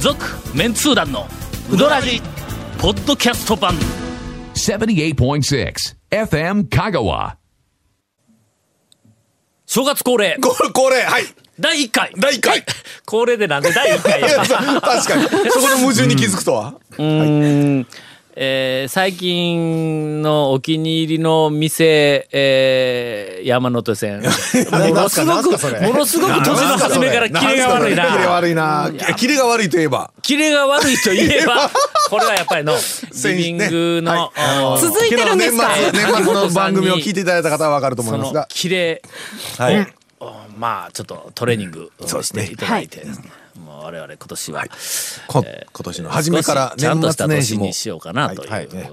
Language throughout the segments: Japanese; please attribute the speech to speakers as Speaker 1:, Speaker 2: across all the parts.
Speaker 1: 続メンツー団のウドラジポッドキャスト版
Speaker 2: 78.6 FM Kagawa.
Speaker 1: 正月恒例
Speaker 3: これ、これ、はい。
Speaker 1: 第1回
Speaker 3: 第一回
Speaker 1: はい恒例でなんで第1回
Speaker 3: いや
Speaker 1: や
Speaker 3: そう確かに。そこの矛盾に気づくとは。
Speaker 1: えー最近のお気に入りの店、えー山手 線ものすご
Speaker 3: なんすかなんすかそ
Speaker 1: く
Speaker 3: れ
Speaker 1: ものすごく年の
Speaker 3: なんすか
Speaker 1: 初
Speaker 3: それ
Speaker 1: めからキレが悪い
Speaker 3: んすかそれキレが
Speaker 1: な
Speaker 3: 悪いな。キレが悪いといえば。
Speaker 1: キレが悪いといえ ばこれはやっぱりのリビングの、
Speaker 3: はい
Speaker 1: あの
Speaker 4: 続いてるんですか
Speaker 3: 昨日年末年末の番組を聞いていただいた方はわかると思
Speaker 1: そ
Speaker 3: います
Speaker 1: の
Speaker 3: が。
Speaker 1: キレ
Speaker 3: はい。
Speaker 1: まあちょっとトレーニングを
Speaker 3: そうですね
Speaker 1: していただいて、もう我々今年は、
Speaker 3: こ今年の初めから年末年
Speaker 1: 少しちゃんとし
Speaker 3: 始
Speaker 1: た
Speaker 3: も
Speaker 1: にしようかなという、
Speaker 3: はいはい
Speaker 1: うん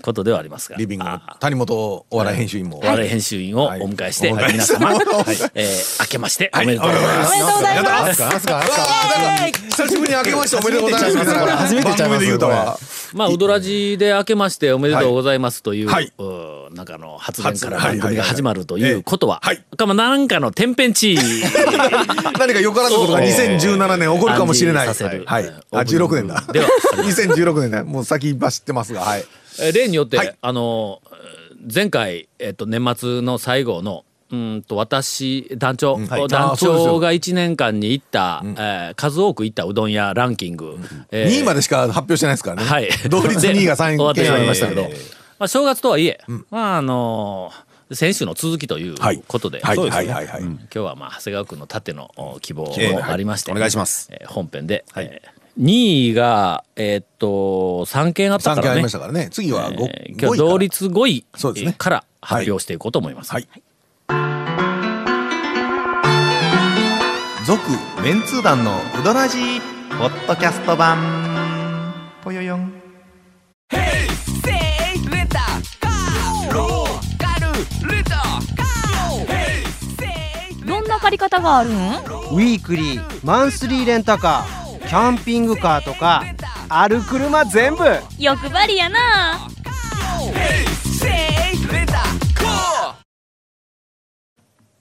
Speaker 1: ことではありますが
Speaker 3: リビングの
Speaker 1: あ
Speaker 3: 谷本お笑い編集員も。
Speaker 1: 我々編集員をお
Speaker 3: はい
Speaker 1: 迎えして、
Speaker 3: お迎えして
Speaker 1: 皆様、
Speaker 3: はい
Speaker 1: えー明けましておめでとうございます、
Speaker 4: おめでとうございます。
Speaker 3: 久しぶりに明けましておめでとうございます。初めてちゃいます。番組で言うとは。
Speaker 1: まあウドラジで明けましておめでとうございますという、
Speaker 3: はい
Speaker 1: うんなんかあの発言から番
Speaker 3: 発言
Speaker 1: 組が始まるということは、
Speaker 3: はいはい
Speaker 1: かまあなんかの天変 地異
Speaker 3: 何かよからぬことが2017年起こるかもしれない。
Speaker 1: 暗示させる
Speaker 3: はい。あ、
Speaker 1: オープニング
Speaker 3: 16年だ。
Speaker 1: では
Speaker 3: 2016年だ。もう先走ってますが、はい。
Speaker 1: えー例によって、
Speaker 3: はい
Speaker 1: あのえー前回、えっと年末の最後のうーんと私団長、
Speaker 3: はい
Speaker 1: 団
Speaker 3: あーそうです
Speaker 1: 長
Speaker 3: よ
Speaker 1: が1年間に行った、えー数多く行ったうどん屋ランキング、えー
Speaker 3: 2位までしか発表してないですからね。
Speaker 1: はい、
Speaker 3: 同率2位 が
Speaker 1: で終わ
Speaker 3: 3
Speaker 1: ってしまいましたけど、
Speaker 3: え
Speaker 1: ま
Speaker 3: ー
Speaker 1: あ、正月とはいえ、まああのー先週の続きという
Speaker 3: はい
Speaker 1: ことで、
Speaker 3: はい
Speaker 1: そうです
Speaker 3: は
Speaker 1: ね
Speaker 3: いはいはい
Speaker 1: 今日はまあ長谷川君の盾のお希望
Speaker 3: ええ
Speaker 1: もありまして、
Speaker 5: はいお願いします
Speaker 1: えー本編で、え2位がえーっと3件あった
Speaker 3: 3
Speaker 1: か
Speaker 3: 件
Speaker 1: ら
Speaker 3: あり
Speaker 1: ね
Speaker 3: ましたからね。次は5
Speaker 1: えー
Speaker 3: 位
Speaker 1: 今日同率5位
Speaker 3: そうですね
Speaker 1: から発表していこうと思います。
Speaker 3: はい。続
Speaker 5: メンツー団のウドラジポッドキャスト版ぽよよん
Speaker 4: どんな借り方があるん
Speaker 6: ウィークリーマンスリーレンタカーキャンピングカーとかある車全部
Speaker 4: 欲張りやな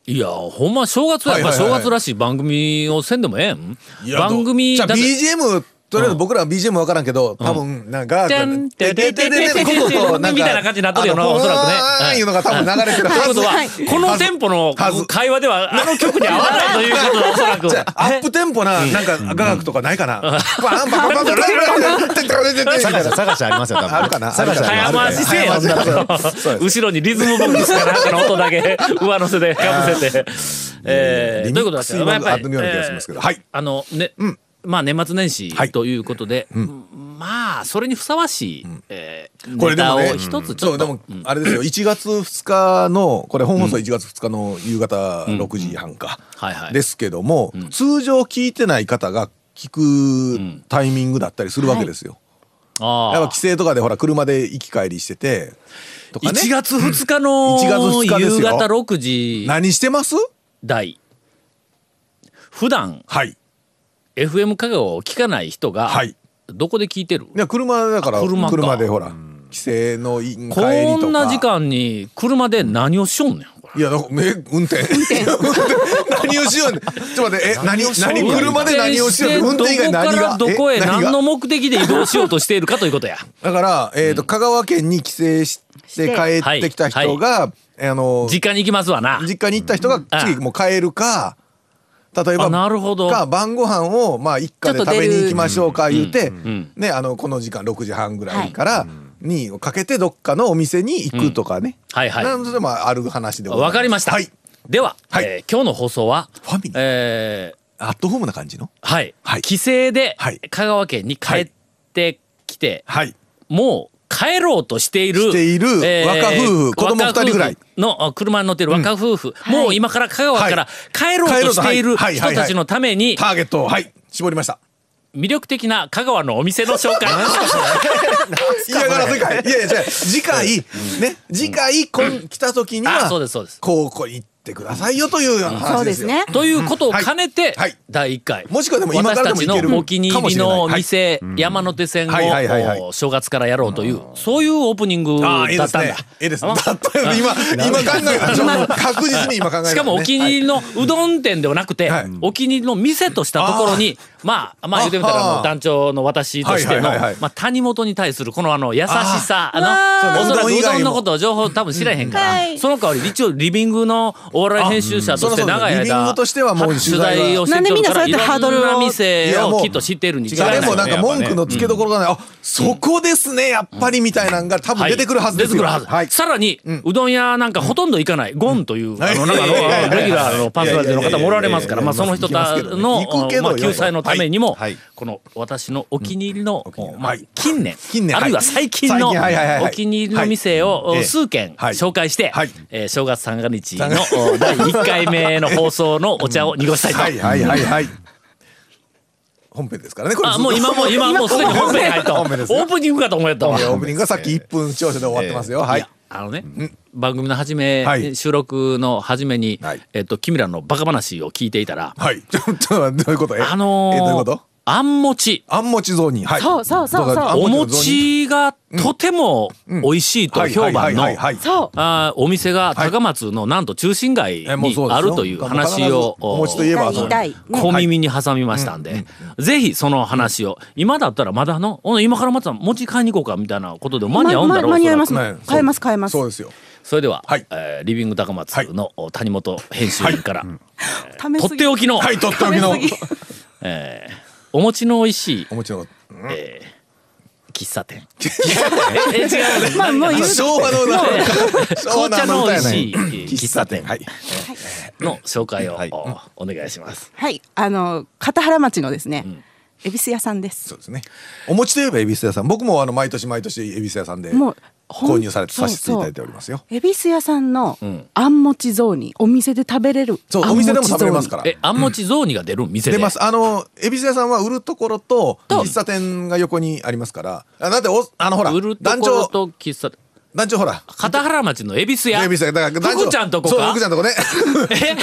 Speaker 1: いやほんま正月はやっぱ
Speaker 3: はいは
Speaker 1: 正
Speaker 3: いはい
Speaker 1: 月らしい番組をせんでもええん番組
Speaker 3: じゃあ
Speaker 1: だって
Speaker 3: BGM とりあえず僕らは BGM わからんけど、多分なんかガー
Speaker 1: てんててててててて
Speaker 3: ここと
Speaker 1: みたいな感じになっとるよな
Speaker 3: あの
Speaker 1: おそらくね
Speaker 3: ふわーんいうのが多分流れてる
Speaker 1: というこ
Speaker 3: は
Speaker 1: と
Speaker 3: ず。
Speaker 1: はこのテンポの
Speaker 3: はず
Speaker 1: 会話ではあの曲に合わないということだおそらく
Speaker 3: じゃあアップテンポななんか雅楽とかないかな。バンバンバンバンバンバンバン
Speaker 5: 探し探しありますよ多分
Speaker 3: あるかな
Speaker 5: 探しあり
Speaker 1: 早
Speaker 5: ま
Speaker 1: 回
Speaker 5: す
Speaker 1: しせえよ
Speaker 3: 早回し
Speaker 1: そんなこと
Speaker 3: そうです
Speaker 1: 後ろにリズムボックスかなんかの音だ け上乗せでかぶせて。えー
Speaker 3: リ
Speaker 1: とい
Speaker 3: ミ
Speaker 1: うことだ
Speaker 3: ッ
Speaker 1: っ
Speaker 3: クス
Speaker 1: たらまあやっぱり
Speaker 3: 今のあったような気がしますけど
Speaker 1: えー
Speaker 3: はい
Speaker 1: あのね、まあ年末年
Speaker 3: はい
Speaker 1: 始ということで、うんまあそれにふさわしい、えー
Speaker 3: こ
Speaker 1: ネ
Speaker 3: れで
Speaker 1: タ
Speaker 3: も
Speaker 1: を
Speaker 3: ね、
Speaker 1: 一つち
Speaker 3: そ
Speaker 1: ょ
Speaker 3: う
Speaker 1: っ
Speaker 3: で
Speaker 1: と、
Speaker 3: もあれですよ1月2日のこれ本放送1月2日の夕方6時半か
Speaker 1: はいはい
Speaker 3: ですけども通常聞いてない方が聞くタイミングだったりするわけですよ。
Speaker 1: あ
Speaker 3: やっぱ
Speaker 1: あ
Speaker 3: 帰省とかでほら車で行き帰りしててとかね
Speaker 1: 1月2日
Speaker 3: 1
Speaker 1: の
Speaker 3: 月2日ですよ
Speaker 1: 夕方6時
Speaker 3: 何してます
Speaker 1: 台普段
Speaker 3: はい。
Speaker 1: FM 香川を聞かない人が、
Speaker 3: はい
Speaker 1: どこで聞いてる
Speaker 3: いや車だから
Speaker 1: あ車
Speaker 3: 車
Speaker 1: か
Speaker 3: でほら帰省のい帰りとか
Speaker 1: こんな時間に車で何をしよんねんこれ
Speaker 3: いやだからめ運転 何をしようねちょっと待ってえ何何車で何をしようって運転以外何
Speaker 1: ど
Speaker 3: が
Speaker 1: こからどこへ
Speaker 3: え
Speaker 1: 何
Speaker 3: が
Speaker 1: の目的で移動しようとしているかという ことや
Speaker 3: だからえっと香川県に帰省して帰ってきた人があの
Speaker 1: 実家に行きますわな
Speaker 3: 実家に行った人が次もう帰るか例え
Speaker 1: あ
Speaker 3: ば
Speaker 1: なるほど
Speaker 3: か晩ご飯をまあ一家で
Speaker 4: ちょ
Speaker 3: 食
Speaker 4: っと出
Speaker 3: べ
Speaker 4: る
Speaker 3: に行きましょうか言うて
Speaker 1: ん
Speaker 3: ねあのこの時間6時半ぐらいからにかけてどっかのお店に行くとかね
Speaker 1: はいはい
Speaker 3: なんでもある話でござい
Speaker 1: わ
Speaker 3: ます
Speaker 1: かりました、
Speaker 3: はい
Speaker 1: では、
Speaker 3: はい
Speaker 1: えー今日の放送は
Speaker 3: ファミリー
Speaker 1: えー
Speaker 3: アットホームな感じの
Speaker 1: はい、
Speaker 3: はい
Speaker 1: 帰省で
Speaker 3: はい
Speaker 1: 香川県に帰ってきて、
Speaker 3: はい
Speaker 1: もう帰ろうとしている
Speaker 3: している若夫婦子供
Speaker 1: 若夫婦
Speaker 3: 二人ぐらい
Speaker 1: のあ車に乗ってる若夫婦、もう今から香川から帰ろうとしている
Speaker 3: はい
Speaker 1: 人たちのために
Speaker 3: ターゲットをはい絞りました
Speaker 1: 魅力的な香川のお店の 紹介
Speaker 3: 嫌がらせかいいやいやじゃあ次回ね次回こん来た時に
Speaker 1: あ
Speaker 3: は
Speaker 1: そうですそうです
Speaker 3: こうこう行っってくださいよという
Speaker 7: そ
Speaker 3: 話
Speaker 7: うで
Speaker 3: です
Speaker 7: す
Speaker 3: よ。
Speaker 7: ね。
Speaker 1: ということを兼ねて、
Speaker 3: はいはい
Speaker 1: 第1回。
Speaker 3: もしくはでも今からでもいけ
Speaker 1: 私た
Speaker 3: る
Speaker 1: ちのお気に入りの店、山手線を、
Speaker 3: はいはいはいはい
Speaker 1: お正月からやろうという、そういうオープニング
Speaker 3: ああ、いい
Speaker 1: だっ
Speaker 3: です
Speaker 1: たん
Speaker 3: ね
Speaker 1: だ。。
Speaker 3: ええですね。だったよね。今、今考えたでしょ。確実に今考えた、ね。
Speaker 1: しかもお気に入りのうどん店ではなくて、
Speaker 3: はい
Speaker 1: お気に入りの店としたところに、まあ、まあ言うてみたら
Speaker 3: あはあ
Speaker 1: もう団長の私としての、
Speaker 3: はいはいはいはい
Speaker 1: まあ谷本に対するこのあの優しさ、あ
Speaker 3: あ
Speaker 1: の、
Speaker 3: ー
Speaker 1: おそらく
Speaker 3: うどん
Speaker 1: う
Speaker 3: 以
Speaker 1: ど
Speaker 3: 外も
Speaker 1: んのことを情報多分知らへんから、
Speaker 7: はい
Speaker 1: その代わり一応リビングのお笑い編集者として長い
Speaker 3: うんそうそうそうリビン
Speaker 1: 間、
Speaker 3: グとしてはもう取
Speaker 1: 取
Speaker 3: 材は
Speaker 1: 材をしてきてるから、
Speaker 7: なんでみんなそう
Speaker 1: い
Speaker 7: やってハードルを
Speaker 1: ろんな店
Speaker 3: いやも
Speaker 1: を
Speaker 3: う
Speaker 1: きっと知ってるに違いない。
Speaker 3: 誰もなんか文句のつけどころがない、あそこですね、やっぱりみたいなのが多分
Speaker 1: はい
Speaker 3: 出てくるはずです
Speaker 1: 出て
Speaker 3: よ。
Speaker 1: くるはず
Speaker 3: はい。
Speaker 1: さらに、うどん屋なんかほとんど行かない、ゴンという、あの、なんかあの、
Speaker 3: いやいやいや
Speaker 1: レギュラーのパーソナリティの方もおられますから、
Speaker 3: いやいやいや
Speaker 1: まあ、その人たち
Speaker 3: 行きま
Speaker 1: の、
Speaker 3: すけどね行くけど
Speaker 1: まあ、救済のためにも
Speaker 3: はいはい、
Speaker 1: この、私のお気に入りの、
Speaker 3: 気に入り
Speaker 1: まあ
Speaker 3: はい、
Speaker 1: 近年、
Speaker 3: 近年
Speaker 1: あるいは
Speaker 3: はい
Speaker 1: 最近の、
Speaker 3: 最近はいはいはいはい
Speaker 1: お気に入りの店を
Speaker 3: はいええ
Speaker 1: 数軒
Speaker 3: はい
Speaker 1: 紹介して
Speaker 3: はい、
Speaker 1: えー正月三が日のお第1回目の放送のお茶を濁したいと。
Speaker 3: はいはいはいはい。本編ですからね、これず
Speaker 1: あ、
Speaker 3: っと。
Speaker 1: もう今もう、今もうすでに本編に入った。オ
Speaker 3: 本編ですよ
Speaker 1: ープニングかと思えたわ。
Speaker 3: オープニングがさっき1分視聴者で終わってますよ。はいい
Speaker 1: や。あのね、番組の初め、
Speaker 3: はい
Speaker 1: 収録の初めに、
Speaker 3: はい
Speaker 1: えっと、君らのバカ話を聞いていたら、
Speaker 3: はい。 ちょっと、どういうことえ
Speaker 1: あのー
Speaker 3: えどういうこと
Speaker 1: あんもち、
Speaker 3: あんもち雑煮。はい。
Speaker 7: そうそうそうそ
Speaker 3: だ
Speaker 7: う
Speaker 3: からあん
Speaker 1: お
Speaker 3: の雑
Speaker 1: 餅
Speaker 3: 煮
Speaker 1: がとても美味しいと評判の
Speaker 3: はいはいはいはいはい
Speaker 7: そう。
Speaker 1: あーお店が高松のなんと中心街
Speaker 3: えもう
Speaker 1: に
Speaker 3: そうですよ
Speaker 1: あるという話を
Speaker 3: もう必ずお餅といえばあの
Speaker 7: 痛い痛い
Speaker 1: 小耳に挟みましたんで、ぜひその話を、今だったらまだの、お今からまた餅買いに行こうかみたいなことでも間に合うんだろう、
Speaker 7: ま間に合いま
Speaker 1: そ
Speaker 7: す
Speaker 1: らく
Speaker 7: もん
Speaker 3: ね
Speaker 7: 買えます買えます
Speaker 3: そうですよ。
Speaker 1: それでは、
Speaker 3: はい
Speaker 1: えーリビング高松の谷本編集員から、
Speaker 7: ため
Speaker 1: とっておきの、
Speaker 3: はい、とっておきの
Speaker 7: 食べ過
Speaker 1: えーお餅の美味しい
Speaker 3: お餅の。
Speaker 1: 喫茶店。ええ違うね。
Speaker 7: まあもう言う
Speaker 3: 昭和のな
Speaker 1: 紅茶の美味しい
Speaker 3: 喫
Speaker 1: 喫
Speaker 3: 茶
Speaker 1: 茶
Speaker 3: 店。
Speaker 1: 店
Speaker 3: はい。
Speaker 1: の紹介を、
Speaker 5: はい
Speaker 1: おお願いします。
Speaker 7: はいあの片原町のですね恵比寿屋さんです
Speaker 3: そうですね。お餅といえば恵比寿屋さん。僕もあの毎年毎年恵比寿屋さんで
Speaker 7: もうほ
Speaker 3: 購
Speaker 7: ん
Speaker 3: 入されて
Speaker 7: そう
Speaker 3: させていただいておりますよ。
Speaker 7: 恵比寿屋さんの
Speaker 1: ん
Speaker 7: あんもち雑煮お店で食べれる
Speaker 3: そう
Speaker 7: あん
Speaker 3: お
Speaker 7: もち
Speaker 3: 店でも食べれます
Speaker 7: 雑
Speaker 3: から。
Speaker 1: え、あんもち雑煮が出る店で。
Speaker 3: 出ます。あの恵比寿屋さんは売るところと
Speaker 1: と
Speaker 3: 喫茶店が横にありますから。あだっておあのほら
Speaker 1: 売ると
Speaker 3: 団
Speaker 1: ころ
Speaker 3: 長
Speaker 1: と喫茶店。
Speaker 3: 団長ほら。
Speaker 1: 片原町の恵比寿屋。
Speaker 3: 恵比寿屋だから団長
Speaker 1: 福ちゃんとこか
Speaker 3: そう福ちゃんとこね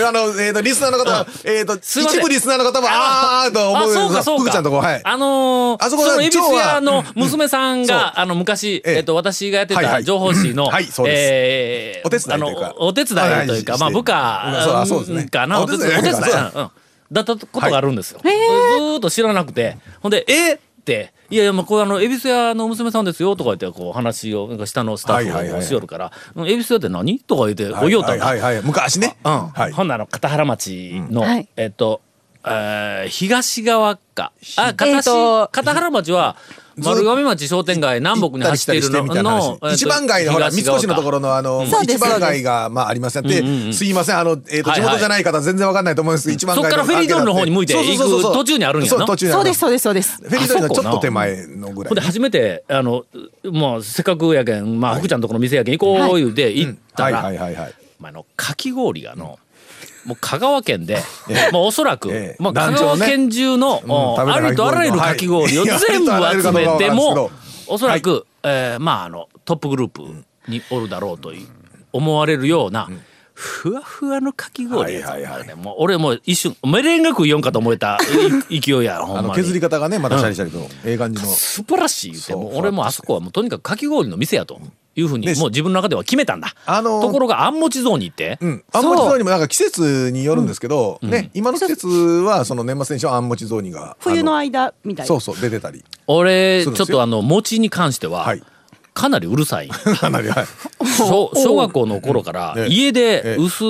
Speaker 3: あのえっとリスナーの方はえっと
Speaker 1: すいません
Speaker 3: 一部リスナーの方はあーあーと思
Speaker 1: あ、
Speaker 3: う
Speaker 1: そうか、そうか。
Speaker 3: 福ちゃんとこはい
Speaker 1: あのー、
Speaker 3: あ
Speaker 1: そ
Speaker 3: そこだ
Speaker 1: の恵比寿
Speaker 3: 蝶
Speaker 1: 屋
Speaker 3: は
Speaker 1: の娘さん
Speaker 3: うんそう
Speaker 1: が、あの、昔、
Speaker 3: ええ
Speaker 1: えっと、私がやって
Speaker 3: はいは
Speaker 1: た
Speaker 3: い
Speaker 1: 情報誌の、
Speaker 3: はいそうです
Speaker 1: えー
Speaker 3: お手伝いというか
Speaker 1: あのお手伝いというか、
Speaker 3: はい
Speaker 1: まあ、
Speaker 3: して
Speaker 1: 部
Speaker 3: そうあそうです
Speaker 1: 下
Speaker 3: ね
Speaker 1: かな、お
Speaker 3: お
Speaker 1: 手
Speaker 3: 手
Speaker 1: 伝い、
Speaker 3: 伝い
Speaker 1: お手伝い
Speaker 3: そうです
Speaker 1: うんだったことがあるんですよ。ず
Speaker 7: はいへー
Speaker 1: ーっと知らなくて。ほんで、えーって、いやいや、まあ、これあの、恵比寿屋の娘さんですよ、とか言って、こう、話を、なんか下のスタ
Speaker 3: はいは
Speaker 1: ッ
Speaker 3: いは
Speaker 1: フ
Speaker 3: いは
Speaker 1: を
Speaker 3: い
Speaker 1: しよるから、うん恵比寿屋って何とか言って、こ
Speaker 3: は
Speaker 1: う
Speaker 3: い
Speaker 1: 言うたんだ。
Speaker 3: はいはいはい昔ね
Speaker 1: うん
Speaker 3: はい
Speaker 1: ほんなら片原町の、
Speaker 7: うんはい
Speaker 1: えっと、えー東側かあ片,、
Speaker 7: えっと
Speaker 1: 片原町は
Speaker 3: ずっ
Speaker 1: 丸亀町商店街南北に走っているの
Speaker 3: 行ったり来たりしてみたいな話
Speaker 1: の、えっと
Speaker 3: 一番街のほら三
Speaker 1: 東側
Speaker 3: 越
Speaker 1: か
Speaker 3: のところのあの、
Speaker 7: そうで
Speaker 3: 一
Speaker 7: す
Speaker 3: 番街がまあありませんで、
Speaker 1: うんうんうん
Speaker 3: すいませんあの、えー、と
Speaker 1: はい
Speaker 3: 地
Speaker 1: はい
Speaker 3: 元じゃない方全然わかんないと思うんですけど、一番街
Speaker 1: そっからフェリー通りの方に向いて
Speaker 3: そうそうそうそう
Speaker 1: 行く途中にあるんやな
Speaker 3: そう途中
Speaker 7: 煮
Speaker 3: にあ
Speaker 7: そ
Speaker 3: り
Speaker 7: うで
Speaker 3: ます
Speaker 7: そうですそうです
Speaker 3: フェリー通りのち
Speaker 1: あそ
Speaker 3: ょっ
Speaker 1: ことな
Speaker 3: 手前のぐら
Speaker 1: ほんで
Speaker 3: い
Speaker 1: 初めてあのまあせっかくやけんまあ福ちゃんのとこの店やけん行こう言うて行ったら、
Speaker 3: はいはいはいはい
Speaker 1: まあ、あのかき氷がの、もう香川県で、まあ、おそらく、
Speaker 3: ええ
Speaker 1: まあ、香
Speaker 3: 団長
Speaker 1: 川
Speaker 3: ね
Speaker 1: 県中の、お
Speaker 3: 食べた
Speaker 1: ありとあらゆるか
Speaker 3: か
Speaker 1: き
Speaker 3: き
Speaker 1: 氷
Speaker 3: 氷
Speaker 1: を
Speaker 3: はい
Speaker 1: 全部集めて
Speaker 3: いやありとあらゆるかどうかわ
Speaker 1: も
Speaker 3: からんです
Speaker 1: おそらく、えーまああのトップグループにおるだろうという思われるような。ふわふわのかき氷やつ、
Speaker 3: はいはいは
Speaker 1: もう俺もう一瞬メレンゲ食いよんかと思えたい勢いやほ
Speaker 3: あ
Speaker 1: ん
Speaker 3: の
Speaker 1: まに
Speaker 3: 削り方がねまたシャリシャリと、ええ感じの
Speaker 1: 素晴らしい言うて
Speaker 3: そう
Speaker 1: もう俺もあそこはもうとにかくかき氷の店やというふうに
Speaker 3: で
Speaker 1: もう自分の中では決めたんだ、
Speaker 3: あのー
Speaker 1: ところがあんもちゾーンに行って、
Speaker 3: うん、あんもち雑煮もなんか季節によるんですけど、ね今の季節はその年末年始はあんもち雑煮が
Speaker 7: 冬の
Speaker 3: あ
Speaker 7: 間みたいな
Speaker 3: そうそう出てたり
Speaker 1: 俺ち
Speaker 3: そ
Speaker 1: ょ
Speaker 3: う
Speaker 1: っ
Speaker 3: ですよ
Speaker 1: とあの餅に関しては、
Speaker 3: はい
Speaker 1: かなりうるさい
Speaker 3: かなりはい
Speaker 1: 小小学校の頃から
Speaker 3: ええ
Speaker 1: 家
Speaker 3: え
Speaker 1: で
Speaker 3: え
Speaker 1: 薄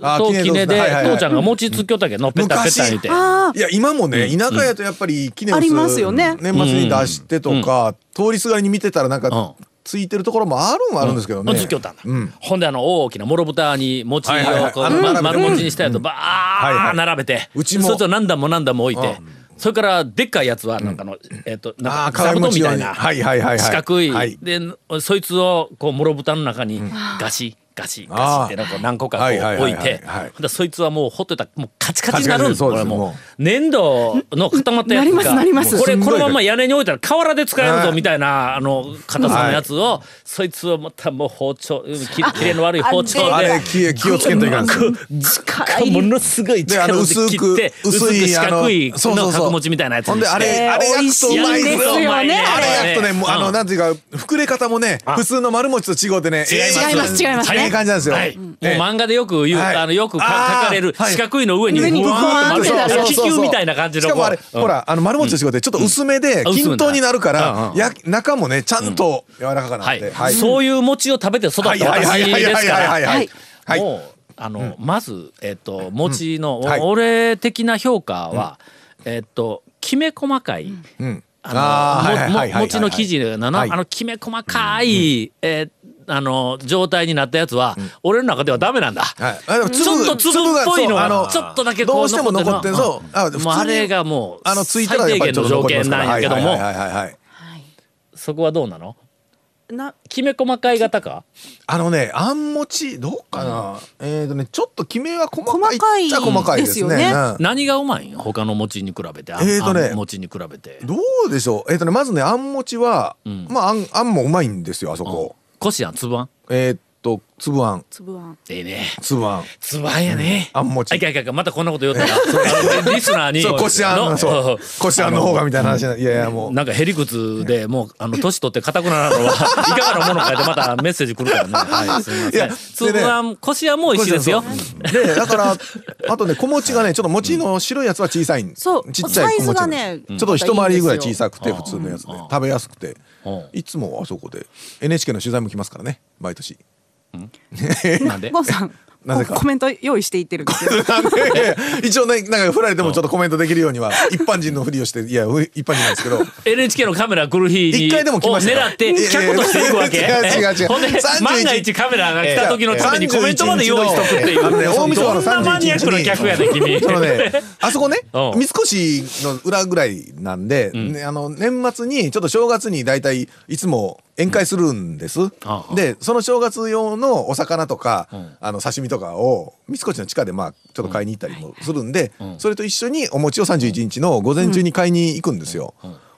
Speaker 3: あ
Speaker 1: ときね
Speaker 3: きねと
Speaker 1: で
Speaker 3: はいはいはい
Speaker 1: 父ちゃんが餅つきよったけんのペタペタ言うて
Speaker 7: あ
Speaker 3: いや今もね田舎やとやっぱり記念
Speaker 7: ありますよね
Speaker 3: 年末に出してとか通りすがりに見てたらなんか
Speaker 1: うん
Speaker 3: ついてるところもあるんはあるんですけどね
Speaker 1: つきよったんだ、
Speaker 3: うん
Speaker 1: ほんであの大きなもろ豚に餅を
Speaker 3: はいはいはい
Speaker 1: こう
Speaker 3: あの
Speaker 1: ま
Speaker 3: 並べて
Speaker 1: 丸餅にしたやつをバ
Speaker 3: はいは
Speaker 1: ー
Speaker 3: い
Speaker 1: 並べて
Speaker 3: うちも
Speaker 1: そいつを何段も何段も置いて、
Speaker 3: う
Speaker 1: それからでっかいやつはなんかの、えっ、とな
Speaker 3: あ
Speaker 1: ん
Speaker 3: ー
Speaker 1: か座布団みたいな
Speaker 3: 皮むき用にはいはいはいはい
Speaker 1: 四角い、
Speaker 3: はい
Speaker 1: でそいつをこうもろ豚の中にガシガシガシ
Speaker 3: あー
Speaker 1: ってなんか何個かこ
Speaker 3: はいはいうはい
Speaker 1: 置
Speaker 3: はい
Speaker 1: いて
Speaker 3: はい
Speaker 1: ほんでそいつはもうほってたもうカチカチになるん
Speaker 3: カチカチですそう
Speaker 1: こ
Speaker 3: です
Speaker 1: れも
Speaker 3: も
Speaker 1: う粘土の固まったやつが
Speaker 7: なりますなります
Speaker 1: これ
Speaker 3: もう
Speaker 1: こ
Speaker 3: す
Speaker 1: の
Speaker 3: んごい
Speaker 1: まんま屋根に置いたら瓦で使える
Speaker 3: は
Speaker 1: ぞ
Speaker 3: い
Speaker 1: みたいなあの硬さのやつをそいつをまたもう包丁き切れの悪い包丁
Speaker 3: あ
Speaker 1: で
Speaker 3: れ気気をつけんといかんですよ
Speaker 1: ずかものすごい
Speaker 3: であ
Speaker 1: 力
Speaker 3: の
Speaker 1: で切
Speaker 3: 薄
Speaker 1: っ
Speaker 3: く
Speaker 1: て薄く四角い
Speaker 3: あのそうそうそ
Speaker 1: の
Speaker 3: う
Speaker 1: 角持ちみたいなやつ
Speaker 3: ほん
Speaker 1: に
Speaker 3: で
Speaker 1: し
Speaker 3: あ
Speaker 1: て
Speaker 3: れあれ焼くとうまい
Speaker 7: 美味しい
Speaker 3: で
Speaker 7: んですす
Speaker 3: よ
Speaker 7: よね
Speaker 3: あれ焼くとねもうあの
Speaker 1: うん
Speaker 3: なんていうか膨れ方もね普通の丸餅と違うでね
Speaker 7: 違います違いますね
Speaker 3: 大変感じなんですよ
Speaker 1: はい、もう
Speaker 3: ええ
Speaker 1: 漫画でよく言う、
Speaker 3: はい
Speaker 1: あのよくか
Speaker 3: あー
Speaker 1: 書かれる
Speaker 3: はい
Speaker 1: 四角いの上に
Speaker 7: 上に
Speaker 1: ブワーンと
Speaker 7: ブワーンってな
Speaker 1: 丸
Speaker 7: る
Speaker 1: い気球みたいな感じの
Speaker 3: しかもあれ、
Speaker 1: うん
Speaker 3: ほらあの丸餅の仕事でちょっと薄めで
Speaker 1: うん薄め
Speaker 3: 均等になるから、
Speaker 1: うん
Speaker 3: や中もねちゃんと柔らかくな
Speaker 1: は
Speaker 3: っ
Speaker 1: い
Speaker 3: て、
Speaker 1: そういう餅を食べて育った
Speaker 3: はい
Speaker 1: 私
Speaker 3: はいはいはい
Speaker 1: ですか
Speaker 3: はい
Speaker 1: ら
Speaker 3: はいはい
Speaker 1: もうあの、まず、えっと餅の、
Speaker 3: んはい
Speaker 1: 俺的な評価は、えっときめ細かい、
Speaker 3: うん
Speaker 1: あの
Speaker 3: ーはいはいはいはい
Speaker 1: もも
Speaker 3: はい
Speaker 1: 餅の生地の,、
Speaker 3: はい
Speaker 1: あのきめ細かい、えーあの状態になったやつは、俺の中ではダメなんだ。
Speaker 3: はいあでも粒
Speaker 1: ちょっと粒っぽいの
Speaker 3: そうあ
Speaker 1: がちょっとだけこう
Speaker 3: どうしても残ってん
Speaker 1: るのは
Speaker 3: そうあ普通に
Speaker 1: もうあれがもう
Speaker 3: あのついたらやっぱりちょっと残りますから
Speaker 1: 最低限の条件なんや
Speaker 3: はいはいはいはいはい
Speaker 1: そこはどうなの
Speaker 7: な
Speaker 1: きめ細かい型か
Speaker 3: あのねあん餅どうかな、えっ、とねちょっときめは細かい
Speaker 7: 細かい
Speaker 3: っちゃ細かいですね
Speaker 7: ですよ
Speaker 3: うん
Speaker 1: 何がうまいん他の餅に比べてあん
Speaker 3: えーとね
Speaker 1: あん餅に比べて
Speaker 3: どうでしょうえっ、とねまずねあん餅は、
Speaker 1: ん
Speaker 3: まああんあんもうまいんですよあそこ、
Speaker 1: こしあんつぶあん
Speaker 3: えっ、と粒あん
Speaker 7: つぶあん
Speaker 1: ええね
Speaker 3: 粒あん
Speaker 1: つぶあんやね
Speaker 3: あん餅
Speaker 1: あいかんいかんいかんまたこんなこと言うたらあのリスナーに
Speaker 3: そう、こしあんの、そう、こしあんの方がみたいな話な、いやいや、もう。
Speaker 1: なんかへりくつでもうあの年取って硬くな るのはいかがなものかってまたメッセージ来るからね。はい、すみま
Speaker 3: い
Speaker 1: せん。
Speaker 3: や
Speaker 1: つぶ
Speaker 3: でね
Speaker 1: あん、こしあんも美味しいですよ。
Speaker 3: で、だから、あとね、小餅がね、ちょっと餅の白いやつは小さいん
Speaker 7: そう
Speaker 3: ちっちゃい小餅なんで
Speaker 7: サイズ
Speaker 3: す。
Speaker 7: がね
Speaker 3: ちょっと一回りぐらい小さくて、
Speaker 1: うん
Speaker 3: 普通のやつで
Speaker 1: うん、
Speaker 3: 食べやすくて
Speaker 1: うん。
Speaker 3: いつもあそこで、NHK の取材も来ますからね、毎年。
Speaker 1: なんで
Speaker 7: ゴンさん
Speaker 3: なぜか
Speaker 7: コメント用意していってるん ですよ
Speaker 3: なんで一応ね、なんか振られてもちょっとコメントできるようには、一般人のふりをして、いや、一般人なんですけど。
Speaker 1: NHK のカメラ来る日に
Speaker 3: 一回でも来ました
Speaker 1: を
Speaker 3: よ
Speaker 1: 狙って客としていくわけ。
Speaker 3: いやいや違う違う違う
Speaker 1: ほんで
Speaker 3: 31
Speaker 1: 万が一カメラが来た時のためにコメントまで用意しとくってい
Speaker 3: あのね
Speaker 1: う。
Speaker 3: 大晦日
Speaker 1: ど
Speaker 3: の
Speaker 1: んなマニアックな客やね君。
Speaker 3: そ のね、あそこね、
Speaker 1: う
Speaker 3: 三
Speaker 1: ん
Speaker 3: 越の裏ぐらいなんで、ねあの、年末に、ちょっと正月に大体、いつも宴会するんです。
Speaker 1: ああ
Speaker 3: で、その正月用のお魚とか、
Speaker 1: ん
Speaker 3: あの、刺身とかを、三越の地下で、まあ、ちょっと買いに行ったりもするんで、それと一緒にお餅を31日の午前中に買いに行くんですよ。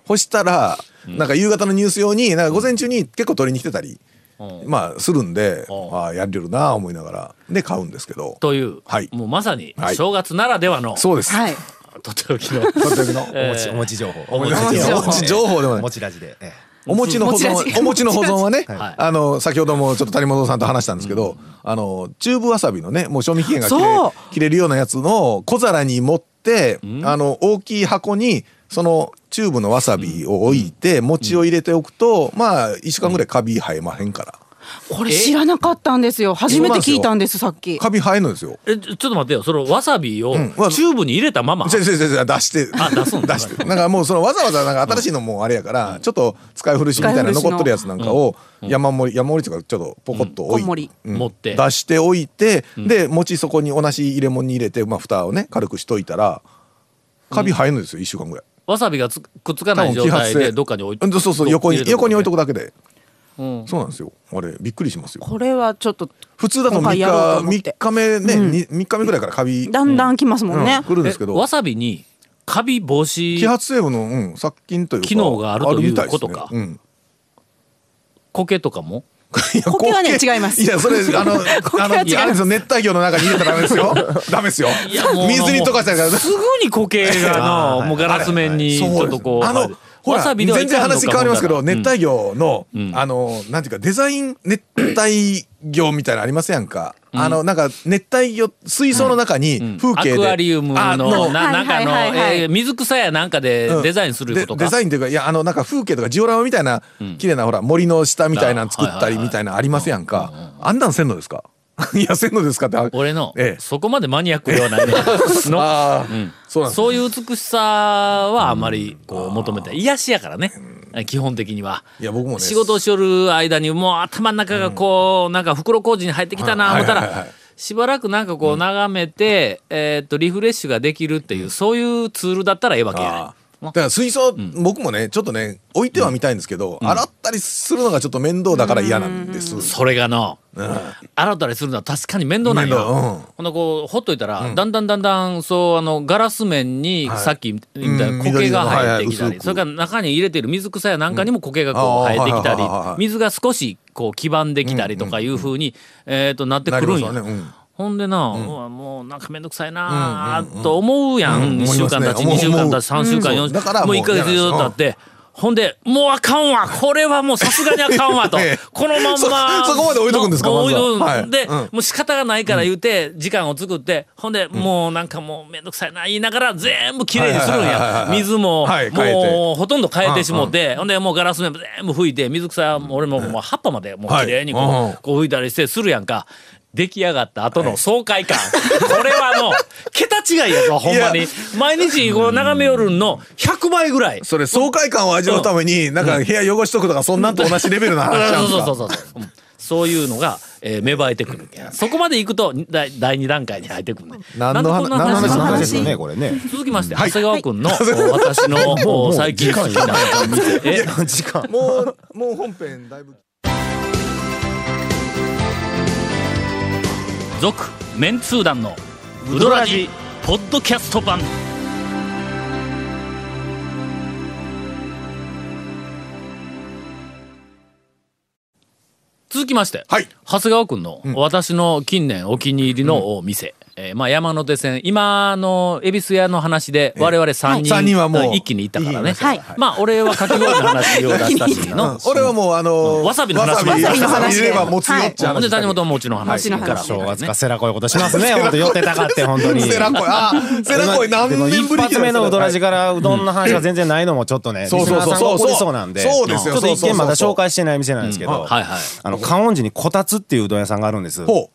Speaker 3: そしたら、なんか夕方のニュース用に、なんか午前中に結構取りに来てたり、
Speaker 1: うん
Speaker 3: まあ、するんで、
Speaker 1: うん
Speaker 3: ああ、やれるなあ思いながら、で、買うんですけど。
Speaker 1: という、
Speaker 3: はい
Speaker 1: もうまさに
Speaker 3: はい
Speaker 1: 正月ならではの、
Speaker 3: そうです。
Speaker 7: はい
Speaker 1: とっておきの。
Speaker 3: とっておきの
Speaker 1: え
Speaker 5: お餅
Speaker 1: ー
Speaker 5: お餅情報
Speaker 1: お餅
Speaker 3: お
Speaker 1: 情
Speaker 3: 餅情報でも
Speaker 5: お
Speaker 3: ない。
Speaker 5: 餅ラジでえ
Speaker 3: お餅の保存
Speaker 7: お餅
Speaker 3: は、
Speaker 7: 味
Speaker 3: お餅の保存はね、
Speaker 1: はい
Speaker 3: あの、先ほどもちょっと谷本さんと話したんですけど、あの、チューブわさびのね、もう賞味期限が切れ
Speaker 7: そう
Speaker 3: 切れるようなやつの小皿に盛って、あの、大きい箱に、そのチューブのわさびを置いて、餅を入れておくと、まあ、1週間ぐらいカビ生えまへんから。
Speaker 7: これ知らなかったんですよ初めて聞いたんですさっき
Speaker 3: カビ生えんのですよ。
Speaker 1: えちょっと待ってよそのわさびをチ
Speaker 3: んわ
Speaker 1: ューブに入れたまま、
Speaker 3: 違う違う違う違う出して
Speaker 1: あ出すんだ
Speaker 3: 出してなんかもうそのわざわざなんか新しいのもあれやからちょっと使い古しみたいな
Speaker 7: 使い古し
Speaker 3: 残
Speaker 7: の
Speaker 3: ってるやつなんかを山盛り山盛りとかちょっとポコッと置
Speaker 7: うんこんも
Speaker 3: い
Speaker 7: り
Speaker 3: うん
Speaker 1: 持って
Speaker 3: 出しておいてで餅そこにおなし入れ物に入れてまあ蓋をね軽くしといたらカビ生えるんですよ1週間ぐらい
Speaker 1: わさびがつくっつか
Speaker 3: 多
Speaker 1: ない
Speaker 3: 分
Speaker 1: 状
Speaker 3: 揮発
Speaker 1: 態で
Speaker 3: 性
Speaker 1: どっかに置い
Speaker 3: うんそうそう横に横に置いと
Speaker 1: く
Speaker 3: くだけで
Speaker 1: うん
Speaker 3: そうなんですよあれびっくりしますよ
Speaker 7: これはちょっと
Speaker 3: 普通だと
Speaker 7: 今回やろう
Speaker 3: 3
Speaker 7: と思っ
Speaker 3: 日
Speaker 7: て
Speaker 3: 3日目ねに三日目ぐらいからカビ
Speaker 7: だんだん来ますも
Speaker 3: うんん
Speaker 7: ね、
Speaker 3: 来るんですけ
Speaker 1: えわ
Speaker 3: ど
Speaker 1: さびにカビ防止
Speaker 3: 揮発成分のうん殺菌というか
Speaker 1: 機能があるという
Speaker 3: みたですね
Speaker 1: ことか
Speaker 3: うん
Speaker 1: 苔とかも
Speaker 3: いや
Speaker 7: 苔はね
Speaker 3: 苔
Speaker 7: 違います
Speaker 3: いやそれ あのあの
Speaker 7: は
Speaker 3: あれ
Speaker 7: 違います
Speaker 3: ですよ熱帯魚の中に入れたらダメ ですよ。ダメですよ
Speaker 1: いやもう。
Speaker 3: 水に溶かしたら。
Speaker 1: すぐに苔 がのもうガラス面にち
Speaker 3: そうです
Speaker 1: ょっとこう
Speaker 3: あのほ
Speaker 1: わ
Speaker 3: ら
Speaker 1: さびではい
Speaker 3: 全然
Speaker 1: かんのか
Speaker 3: 話変わりますけど
Speaker 1: ほんなら
Speaker 3: 熱帯魚の
Speaker 1: ん
Speaker 3: あのなんていうかデザイン熱帯魚みたいなのありますやんか。あのなんか熱帯魚水槽の中に風景で
Speaker 1: アクアリウム
Speaker 3: あ
Speaker 1: のな
Speaker 7: は
Speaker 1: ないんか
Speaker 7: はい
Speaker 1: あ
Speaker 7: はい
Speaker 1: の
Speaker 7: はい
Speaker 1: えー水草やなんか
Speaker 3: う
Speaker 1: で
Speaker 3: ん
Speaker 1: デザインすることか
Speaker 3: でデザインというかいやあのなんか風景とかジオラマみたいな綺麗なほら森の下みたいなの作ったりみたいなのありますやんかあんなんせんのですか いやせんのですかってあ
Speaker 1: 俺の
Speaker 3: ええ
Speaker 1: そこまでマニアックでは ないのの
Speaker 3: ああ、そうなんです
Speaker 1: そういう美しさはあまりこう求めて癒しやからね基本的には。
Speaker 3: いや僕もね
Speaker 1: 仕事をしよる間にもう頭の中がこうなんか袋小路に入ってきたな
Speaker 3: はい
Speaker 1: 思った
Speaker 3: はいはいは
Speaker 1: ら
Speaker 3: い
Speaker 1: しばらくなんかこう眺めてえーっとリフレッシュができるっていうそういうツールだったらええわけや
Speaker 3: あ
Speaker 1: ね。
Speaker 3: あだから水槽、僕もねちょっとね置いてはみたいんですけど、洗ったりするのがちょっと面倒だから嫌なんです。
Speaker 1: それがの、洗ったりするのは確かに面倒なんよ。
Speaker 3: 面倒うん
Speaker 1: ほんでこうほっといたら、だんだんだんだんそうあのガラス面に、さっき言った
Speaker 3: うん
Speaker 1: 苔が入ってきた
Speaker 3: 緑のはいは
Speaker 1: り、
Speaker 3: い
Speaker 1: それから中に入れてる水草やなんかにも苔がこう
Speaker 3: うんあー
Speaker 1: 生えてきたり、
Speaker 3: はいはいはいはい
Speaker 1: 水が少しこう黄ばんできたりとかいうふうに、えっ、となってくるん
Speaker 3: な
Speaker 1: や。
Speaker 3: りますわねうん
Speaker 1: ほんでな、うわもうなんか面倒くさいなーと思うやん、
Speaker 3: うん思い
Speaker 1: 1
Speaker 3: ます
Speaker 1: 週
Speaker 3: ね
Speaker 1: 間たち
Speaker 3: 思う
Speaker 1: 2週間たち
Speaker 3: 思
Speaker 1: 3
Speaker 3: う
Speaker 1: 週間4週
Speaker 3: だから
Speaker 1: 間
Speaker 3: もう
Speaker 1: もう1ヶ月以上経ってほんでもうあかんわこれはもうさすがにあかんわと
Speaker 3: ええ
Speaker 1: このまんま
Speaker 3: そそこまで置いとくんですか
Speaker 1: もう
Speaker 3: まずは
Speaker 1: 置いとく
Speaker 3: はい
Speaker 1: で、
Speaker 3: うん
Speaker 1: もう仕方がないから言うて時間を作ってほんでもうなんかもう面倒くさいな言いながら全部きれいにするん
Speaker 3: はいはいはい
Speaker 1: や
Speaker 3: はい
Speaker 1: 水も、
Speaker 3: はい変えて
Speaker 1: もうほとんど変えてしもって、ほんでもうガラス面も全部拭いて水草はもう俺ももう葉っぱまでもうきれいにこう,、
Speaker 3: はいうん
Speaker 1: こう拭いたりしてするやんか出来上がった後の爽快感、これはもう桁違いやぞほんま
Speaker 3: い
Speaker 1: に
Speaker 3: や
Speaker 1: 毎日こう眺めよるんの100倍ぐらい。
Speaker 3: それ爽快感を味わうために、なんか部屋汚しとくとかそんなんと同じレベルの話なんです
Speaker 1: そう
Speaker 3: か
Speaker 1: そうそうそうそう、うんそういうのが、えー芽生えてくるそこまでいくと第第二段階に入ってくるね
Speaker 8: 何の
Speaker 1: なん
Speaker 8: 話
Speaker 1: でこんな
Speaker 8: 何の
Speaker 1: 話
Speaker 8: 話
Speaker 1: にな
Speaker 8: なん
Speaker 1: る
Speaker 8: ですよねこれね
Speaker 1: 続きまして、長谷川君の、お私のお最近好きなえ
Speaker 8: 時間
Speaker 3: もうもう本編だいぶ
Speaker 1: 続メンツー団のウドラジポッドキャスト版続きまして、
Speaker 3: はい
Speaker 1: 長谷川君の私の近年お気に入りのお店、えーまあ、山手線今の恵比寿屋の話で我々3人,、
Speaker 3: はい三人はもう
Speaker 1: 一気に行ったからね、
Speaker 7: はい
Speaker 1: まあ俺はかき氷の話を出したし
Speaker 3: う
Speaker 1: の
Speaker 3: ん俺はもうあのー
Speaker 1: わさびの話
Speaker 3: わさ
Speaker 7: わさび
Speaker 3: び
Speaker 7: の話
Speaker 3: 入れればもつよっちゃ
Speaker 1: ほんで谷本餅の話
Speaker 7: 餅の話
Speaker 1: から
Speaker 8: 正月かせらこいことしますね本当寄ってたかって本当に
Speaker 3: セラコイあーセラコイ何
Speaker 8: でも
Speaker 3: 年
Speaker 8: 一
Speaker 3: ぶり
Speaker 8: 発目のうどらじからうどんの話が全然ないのもちょっとね、リス
Speaker 3: そうそう
Speaker 8: ナー
Speaker 3: そう
Speaker 8: さんが怒りそうなんで、
Speaker 3: そうですよ
Speaker 8: ちょっと一
Speaker 3: そうそうそう
Speaker 8: 見まだ紹介してない店なんですけど、
Speaker 1: はいはい
Speaker 8: あの、観音寺にこたつっていううどん屋さんがあるんです。
Speaker 3: ほ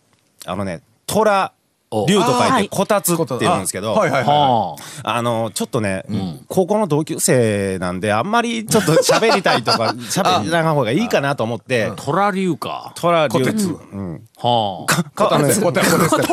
Speaker 8: あのね、虎、
Speaker 1: お
Speaker 8: 竜と書
Speaker 7: あ
Speaker 8: いて
Speaker 7: ー
Speaker 8: こたつって言うんですけ
Speaker 3: う
Speaker 8: ど、
Speaker 3: はいはいは
Speaker 1: はあ
Speaker 8: あの、ちょっとね、高校の同級生なんで、あんまりちょっと喋りたいとか、喋らない方がいいかなと思って、
Speaker 1: トラリュウか。
Speaker 8: 虎、
Speaker 1: は
Speaker 8: 竜、
Speaker 1: あ。
Speaker 8: こたつ
Speaker 3: い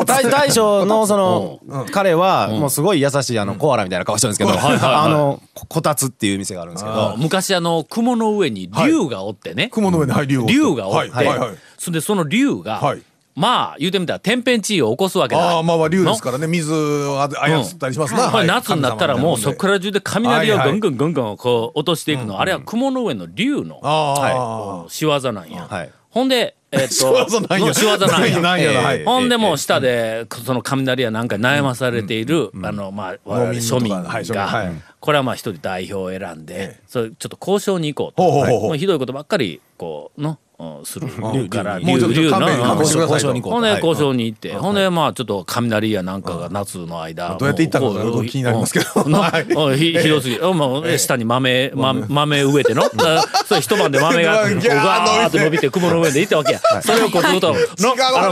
Speaker 8: 大大将のその彼はもうすごい優しいあのコアラみたいな顔してるんですけど、
Speaker 1: はいはいはい
Speaker 8: あのここたつっていう店があるんですけど、
Speaker 1: 昔あの雲の上に竜がおってね。
Speaker 3: 雲の上に入りを
Speaker 1: 竜がお
Speaker 3: は
Speaker 1: っ
Speaker 3: い
Speaker 1: て、
Speaker 3: はいはい
Speaker 1: そんでその竜が、
Speaker 3: はい
Speaker 1: まあ言うてみたら天変地異を起こすわけだ。
Speaker 3: ああまあまあ竜です
Speaker 1: の
Speaker 3: からね水をあ操ったりしますな、
Speaker 1: まあ夏になったらもうそこから
Speaker 3: ら
Speaker 1: 中で雷を
Speaker 3: は
Speaker 1: ぐ
Speaker 3: いはい
Speaker 1: んぐんぐんぐんこう落としていくの、あれは雲の上の竜の
Speaker 3: ああ、
Speaker 8: は
Speaker 1: 仕業なんや、
Speaker 8: はい
Speaker 1: ほんでえ っと仕
Speaker 3: 業なんや
Speaker 1: 仕業なんや
Speaker 3: なんやな
Speaker 8: えー
Speaker 3: はい
Speaker 1: ほんでもう下でその雷やなんかに悩まされている、あのまあ我々庶民
Speaker 3: 農民とかはい庶民は
Speaker 1: が
Speaker 3: い
Speaker 1: これはまあ一人代表を選んでそれちょっと交渉に行こう
Speaker 3: ほうほうほう
Speaker 1: と
Speaker 3: ほう
Speaker 1: もうひどいことばっかりこうのうんするから
Speaker 3: もうちょっと
Speaker 1: 竜
Speaker 3: 勘弁
Speaker 1: の
Speaker 3: 勘弁してくださいと
Speaker 8: 交渉に行こう
Speaker 1: ほんで
Speaker 8: はい
Speaker 1: 交渉に行ってほんでまあちょっと雷やなんかが夏の間
Speaker 3: どうやって行ったのか
Speaker 1: もうこう
Speaker 3: 気になりますけど
Speaker 1: うんの
Speaker 3: はい
Speaker 1: うんひひどすぎるもう下に豆ま豆植えてのだから それ一晩で豆がこ
Speaker 3: ギ
Speaker 1: う
Speaker 3: ャー伸びて
Speaker 1: ガーッと伸びて雲の上で行ったわけやそれをこうずっとの
Speaker 3: 違う
Speaker 1: あの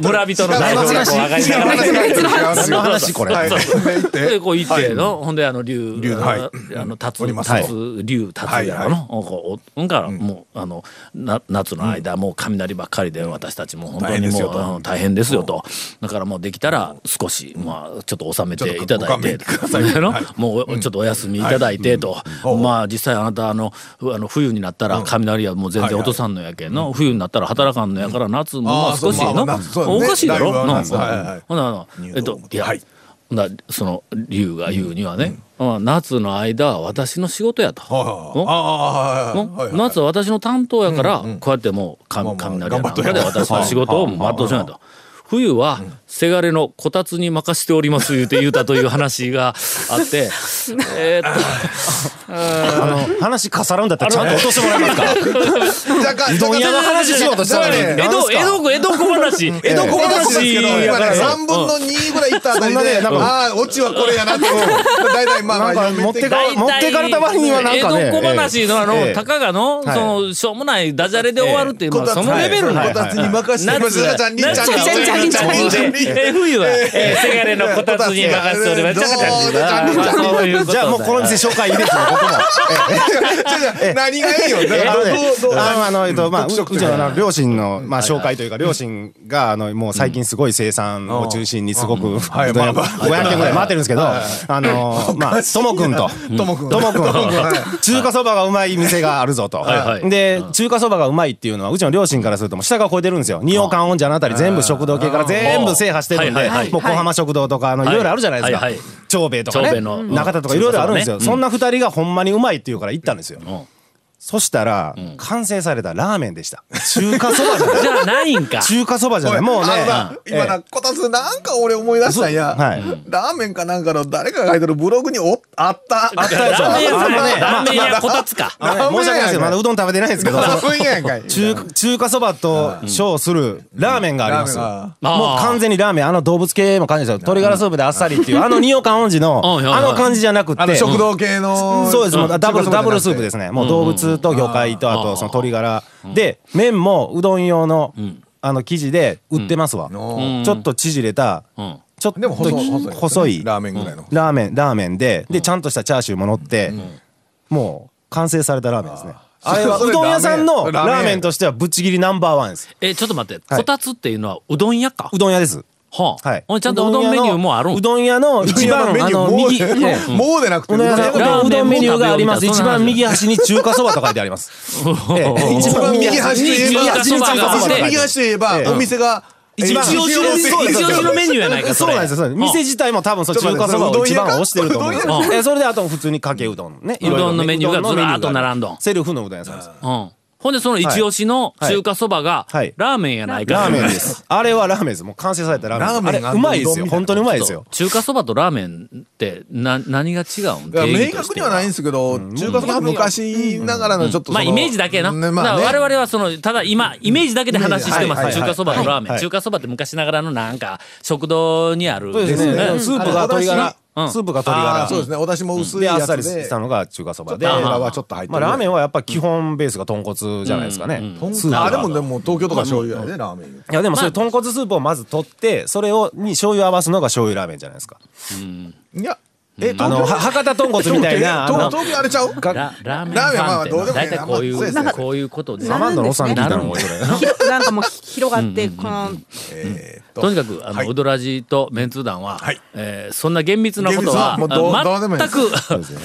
Speaker 1: 村人村人の代表がこう上がりながら
Speaker 8: 何の話これ
Speaker 3: はい
Speaker 1: そうそう
Speaker 3: 行って
Speaker 1: でこう行っての、ほんであの竜
Speaker 3: 竜はい
Speaker 1: あのあの立つ
Speaker 3: おり
Speaker 1: 立
Speaker 3: ます
Speaker 1: つ竜立つやろの、こうおんからもう、あのな夏の間、もう雷ばっかりで私たちも本当に
Speaker 3: 大変です
Speaker 1: も
Speaker 3: よ
Speaker 1: う
Speaker 3: と
Speaker 1: あの大変ですよとだからもうできたら少し、まあちょっと収めていただいて
Speaker 3: ちょっとご 勘弁ください
Speaker 1: あのもうちょっとお休みいただいてと、まあ実際あなたあのふあの冬になったら雷はもう全然落とさんのやけんの、冬になったら働かんのやから夏もま
Speaker 3: あ
Speaker 1: あ
Speaker 3: ー
Speaker 1: 少し
Speaker 3: そうま
Speaker 1: の、
Speaker 3: あまあそうだね
Speaker 1: おかしいだろ
Speaker 3: だいぶ
Speaker 1: な
Speaker 3: ははいはい
Speaker 1: ほなあのえっといや、
Speaker 3: はい
Speaker 1: ほなその竜が言うにはね、まあ夏の間は私の仕事やと。
Speaker 3: はい
Speaker 1: の
Speaker 3: ああ
Speaker 1: の夏は私の担当やから、こうやってもうか
Speaker 3: まあまあ
Speaker 1: 雷やなんか
Speaker 3: 頑
Speaker 1: で
Speaker 3: 張っと
Speaker 1: 私の仕事を全うしないと。冬はせがれのこたつに任しております言うて言うたという話があって えーっと
Speaker 8: あの話かさらうんだったらちゃんと落としてもらえますか
Speaker 3: う
Speaker 8: うどん屋の話しようとしたのに
Speaker 1: 江
Speaker 8: 何です
Speaker 1: 戸江
Speaker 8: か
Speaker 1: 戸江戸小話江戸小話やからね
Speaker 3: 3分の2ぐらいいったあたり
Speaker 8: そんなね
Speaker 3: で
Speaker 8: なんか
Speaker 3: ああオチはこれやなって大体まあまあ
Speaker 8: なんか持って
Speaker 3: やめ
Speaker 8: か持ってかれた割にはなんかね
Speaker 1: 江戸小話のあの、
Speaker 8: ええ
Speaker 1: たかがの、
Speaker 8: はい
Speaker 1: そのしょうもないダジャレで終わるっていう、まあ、
Speaker 3: こた
Speaker 1: そ
Speaker 3: つ
Speaker 1: のレベルの、
Speaker 3: こたつに任せて
Speaker 1: 夏
Speaker 3: ちゃんにちゃん
Speaker 1: 夏
Speaker 3: ちゃんちゃん
Speaker 7: ャリンチャリン
Speaker 1: でえー冬は、えー、せがれのこたつに任せております。
Speaker 3: ど
Speaker 1: ち
Speaker 3: う
Speaker 1: ゃかちゃんです
Speaker 3: どう
Speaker 1: まあそういうと
Speaker 8: じゃあもうこの店紹介いいですね、ここも。
Speaker 3: 違う違う何がいいよだ
Speaker 8: え
Speaker 3: か
Speaker 8: っ
Speaker 3: ら
Speaker 8: とね
Speaker 3: どうどう
Speaker 8: あの、あの、えっと、まあ、う
Speaker 3: 特
Speaker 8: う
Speaker 3: 色
Speaker 8: ちのあの両親の、まあ、紹介というか、両親が、あの、もう最近すごい生産を中心にすごく、
Speaker 3: い
Speaker 8: 500
Speaker 3: まあまあ
Speaker 8: 件ぐらい回ってるんですけど、あ の、まあ、ともくんと、
Speaker 3: ともくん
Speaker 8: ともくんと、中華そばがうまい店があるぞと
Speaker 1: はいは。い
Speaker 8: で、中華そばがうまいっていうのは、うちの両親からすると、もう下が超えてるんですよ。二王館温茶のあたり全部食堂系から全部制覇してるん
Speaker 1: は
Speaker 8: で
Speaker 1: いはいはい、
Speaker 8: もう小浜食堂とか、あの、いろいろあるじゃないです
Speaker 1: は
Speaker 8: か
Speaker 1: いはい。
Speaker 8: 長兵衛とか
Speaker 1: 長兵
Speaker 8: ね、
Speaker 1: 衛の
Speaker 8: 中田とかいろいろあるんです
Speaker 1: う
Speaker 8: よ。
Speaker 1: ん
Speaker 8: そんな二人がほんまにうまいっていうから行ったんですよ。
Speaker 1: ん
Speaker 8: そしたら、完成されたラーメンでした。中華そばじゃない。
Speaker 1: じゃあないんか。
Speaker 8: 中華そばじゃない。もうね
Speaker 3: あのな。
Speaker 8: え
Speaker 3: 今な、こたつなんか俺思い出したんや。
Speaker 8: そうはい
Speaker 3: ラーメンかなんかの誰かが書いてるブログにおあった。あ
Speaker 1: ラ
Speaker 3: っ
Speaker 1: ーメン屋さん
Speaker 8: あのね
Speaker 1: ラーメン屋こたつか。
Speaker 8: あのね申し訳ないですけど、まだうどん食べてないんですけど、その
Speaker 3: た。いやんかい。
Speaker 8: 中中華そばと称するラーメンがあります。
Speaker 3: うんラ
Speaker 1: ーメンが
Speaker 8: もう完全にラーメン、あの動物系も感じですよ。鶏ガラスープであっさりっていう、あの二王間音寺の、
Speaker 1: うんうん
Speaker 8: あの感じじゃなくて、
Speaker 3: あの食堂系の。。
Speaker 8: そうです、もうダブルダブルスープですすねもう動物と魚介とあとその鶏ガラで麺もうどん用のあの生地で売ってますわ
Speaker 3: う
Speaker 8: ちょっと縮れた
Speaker 1: ん
Speaker 8: ちょっと
Speaker 3: でも細い
Speaker 8: き
Speaker 3: 細いですね
Speaker 8: 細い
Speaker 3: ラーメンぐらいの
Speaker 8: ラーメンラーメンででちゃんとしたチャーシューも乗ってもう完成されたラーメンですねあれは
Speaker 3: そうれ
Speaker 8: どん屋さんの
Speaker 3: ラ
Speaker 8: ラ
Speaker 3: ーメン
Speaker 8: ーメンとしてはぶっちぎりナンバーワンです
Speaker 1: え、ちょっと待って、
Speaker 8: はい
Speaker 1: こたつっていうのはうどん屋か。
Speaker 8: うどん屋です
Speaker 1: はあ、
Speaker 8: はい
Speaker 1: ほんでちゃんとうどんメニューもあるん
Speaker 8: うどん屋の一番
Speaker 3: メニ
Speaker 8: あ
Speaker 3: ュー
Speaker 8: の
Speaker 3: もう
Speaker 8: 右
Speaker 3: で、
Speaker 8: う
Speaker 3: もうでなくて。
Speaker 8: どん屋さ
Speaker 1: ラー
Speaker 8: ん
Speaker 1: メンも
Speaker 8: うどんメニューがあります
Speaker 1: 食べようみたいな
Speaker 8: 一
Speaker 1: そんな話
Speaker 8: 番右端に中華そばと書いてありますええ
Speaker 3: 一番右端といえば、
Speaker 1: 右端
Speaker 3: 一
Speaker 1: の中華そば
Speaker 3: 番右端といえば
Speaker 8: え、え
Speaker 3: お店が
Speaker 8: 一番
Speaker 1: 一押しの
Speaker 8: 一押し
Speaker 1: 一押しのメニューやないかそ
Speaker 8: そう
Speaker 1: れ
Speaker 8: なんですよそうなんです。店自体も多分そう
Speaker 3: ちょっ
Speaker 8: 中
Speaker 3: と待
Speaker 8: 華
Speaker 3: って
Speaker 8: そばを一番推してると思うんです
Speaker 3: うど
Speaker 1: ん屋か
Speaker 8: えそれであと普通にかけうどんね。
Speaker 1: うどんのメニューが
Speaker 8: いろいろね
Speaker 1: ずらーっと
Speaker 8: うのメニューがあ
Speaker 1: 並
Speaker 8: る
Speaker 1: んどん
Speaker 8: セルフのうどん屋さんです。
Speaker 1: うん。ほんでその一押しの中華そばが、
Speaker 8: はいはい
Speaker 1: ラーメンやないか。
Speaker 8: ラーメンで。す。あれはラーメンです。もう完成されたラーメンで
Speaker 3: ラーメ
Speaker 8: す。
Speaker 3: ン
Speaker 8: あれうまいです
Speaker 3: うどんみたい
Speaker 8: よ。
Speaker 3: な
Speaker 8: 本当にうまいですよ。
Speaker 1: 中華そばとラーメンってな何が違うん
Speaker 3: いや
Speaker 1: 定
Speaker 3: 明
Speaker 1: 義とし
Speaker 3: 確
Speaker 1: て
Speaker 3: にはないんですけど、中華そば昔ながらのちょっとそ
Speaker 1: まあ
Speaker 3: の。
Speaker 1: イメージだけな。
Speaker 3: ね
Speaker 1: だ
Speaker 3: まあ
Speaker 1: か
Speaker 3: ね
Speaker 1: ら我々はその、ただ今、イメージだけで話してます。
Speaker 8: はいはい
Speaker 1: 中華そばとラーメン、
Speaker 8: はい
Speaker 1: 中華そばって昔ながらのなんか、食堂にある。
Speaker 8: そうですね。スープが鶏ガラ
Speaker 1: う。ん
Speaker 8: スープが鶏
Speaker 3: あーそうで
Speaker 8: ガ
Speaker 3: すね。お出汁も薄
Speaker 8: ラ。
Speaker 3: い
Speaker 8: で、あ
Speaker 3: や
Speaker 8: っさ
Speaker 3: つ
Speaker 8: りし
Speaker 3: で
Speaker 8: た。のが中華そばで。
Speaker 3: ラ
Speaker 1: あ
Speaker 3: ー
Speaker 1: ー
Speaker 3: はちょっと入って
Speaker 8: まあ
Speaker 3: る。
Speaker 8: ラーメンはやっぱ基本ベースが豚骨じゃないですかね。スープが
Speaker 3: あ、でもでも東京とか醤油やね、ラーメン。
Speaker 8: いやでもそれ豚骨スープをまず取って、それを、に醤油合わすのが醤油ラーメンじゃないですか。
Speaker 3: いや、え、
Speaker 8: あ
Speaker 3: 東
Speaker 8: の、は
Speaker 3: 京
Speaker 8: 博多豚骨みたいな、あの
Speaker 3: 東、東京あれちゃう
Speaker 1: ララーメン
Speaker 3: ラーメンは
Speaker 1: さん
Speaker 3: まあ
Speaker 1: って
Speaker 3: どうでもい
Speaker 1: 大
Speaker 3: い
Speaker 1: 体こうい
Speaker 3: まあそうです
Speaker 1: う、
Speaker 3: ね
Speaker 1: こういうことで。
Speaker 8: サバンドのおっさんに聞いたの、おいそれ。
Speaker 7: ひろなんかもう広がって、この、
Speaker 3: えーっ
Speaker 1: とにかく、あの、
Speaker 3: はい
Speaker 1: ウドラジとメンツー団は、
Speaker 3: はい
Speaker 1: えーそんな厳密なことは、
Speaker 3: 厳密なもうどう
Speaker 1: あ
Speaker 3: どうでもいいで す
Speaker 1: 全く、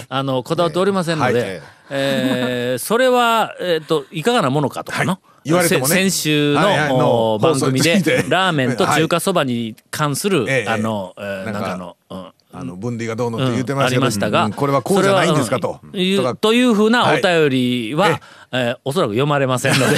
Speaker 1: あの、こだわっておりませんので、
Speaker 3: はい
Speaker 1: えーそれは、えっ、と、いかがなものかとかの、
Speaker 3: はい言われてもね
Speaker 1: せ先週の,お、
Speaker 3: はいはいの
Speaker 1: 番組
Speaker 3: 放送
Speaker 1: で
Speaker 3: について、
Speaker 1: ラーメンと中華そばに関する、
Speaker 3: ええ
Speaker 1: あの、えー
Speaker 3: なん
Speaker 1: な
Speaker 3: か
Speaker 1: んかの、うん
Speaker 3: あの分類がどうのっ
Speaker 1: う
Speaker 3: て
Speaker 1: ん
Speaker 3: 言ってま
Speaker 1: あ
Speaker 3: したけ
Speaker 1: り
Speaker 3: ど、
Speaker 1: ましたが、
Speaker 3: うんこれはこうじゃないんですかと。
Speaker 1: それはうんいう
Speaker 3: とか
Speaker 1: というふうな
Speaker 3: は
Speaker 1: お
Speaker 3: い
Speaker 1: 便りは、えーおそらく読まれませんの で。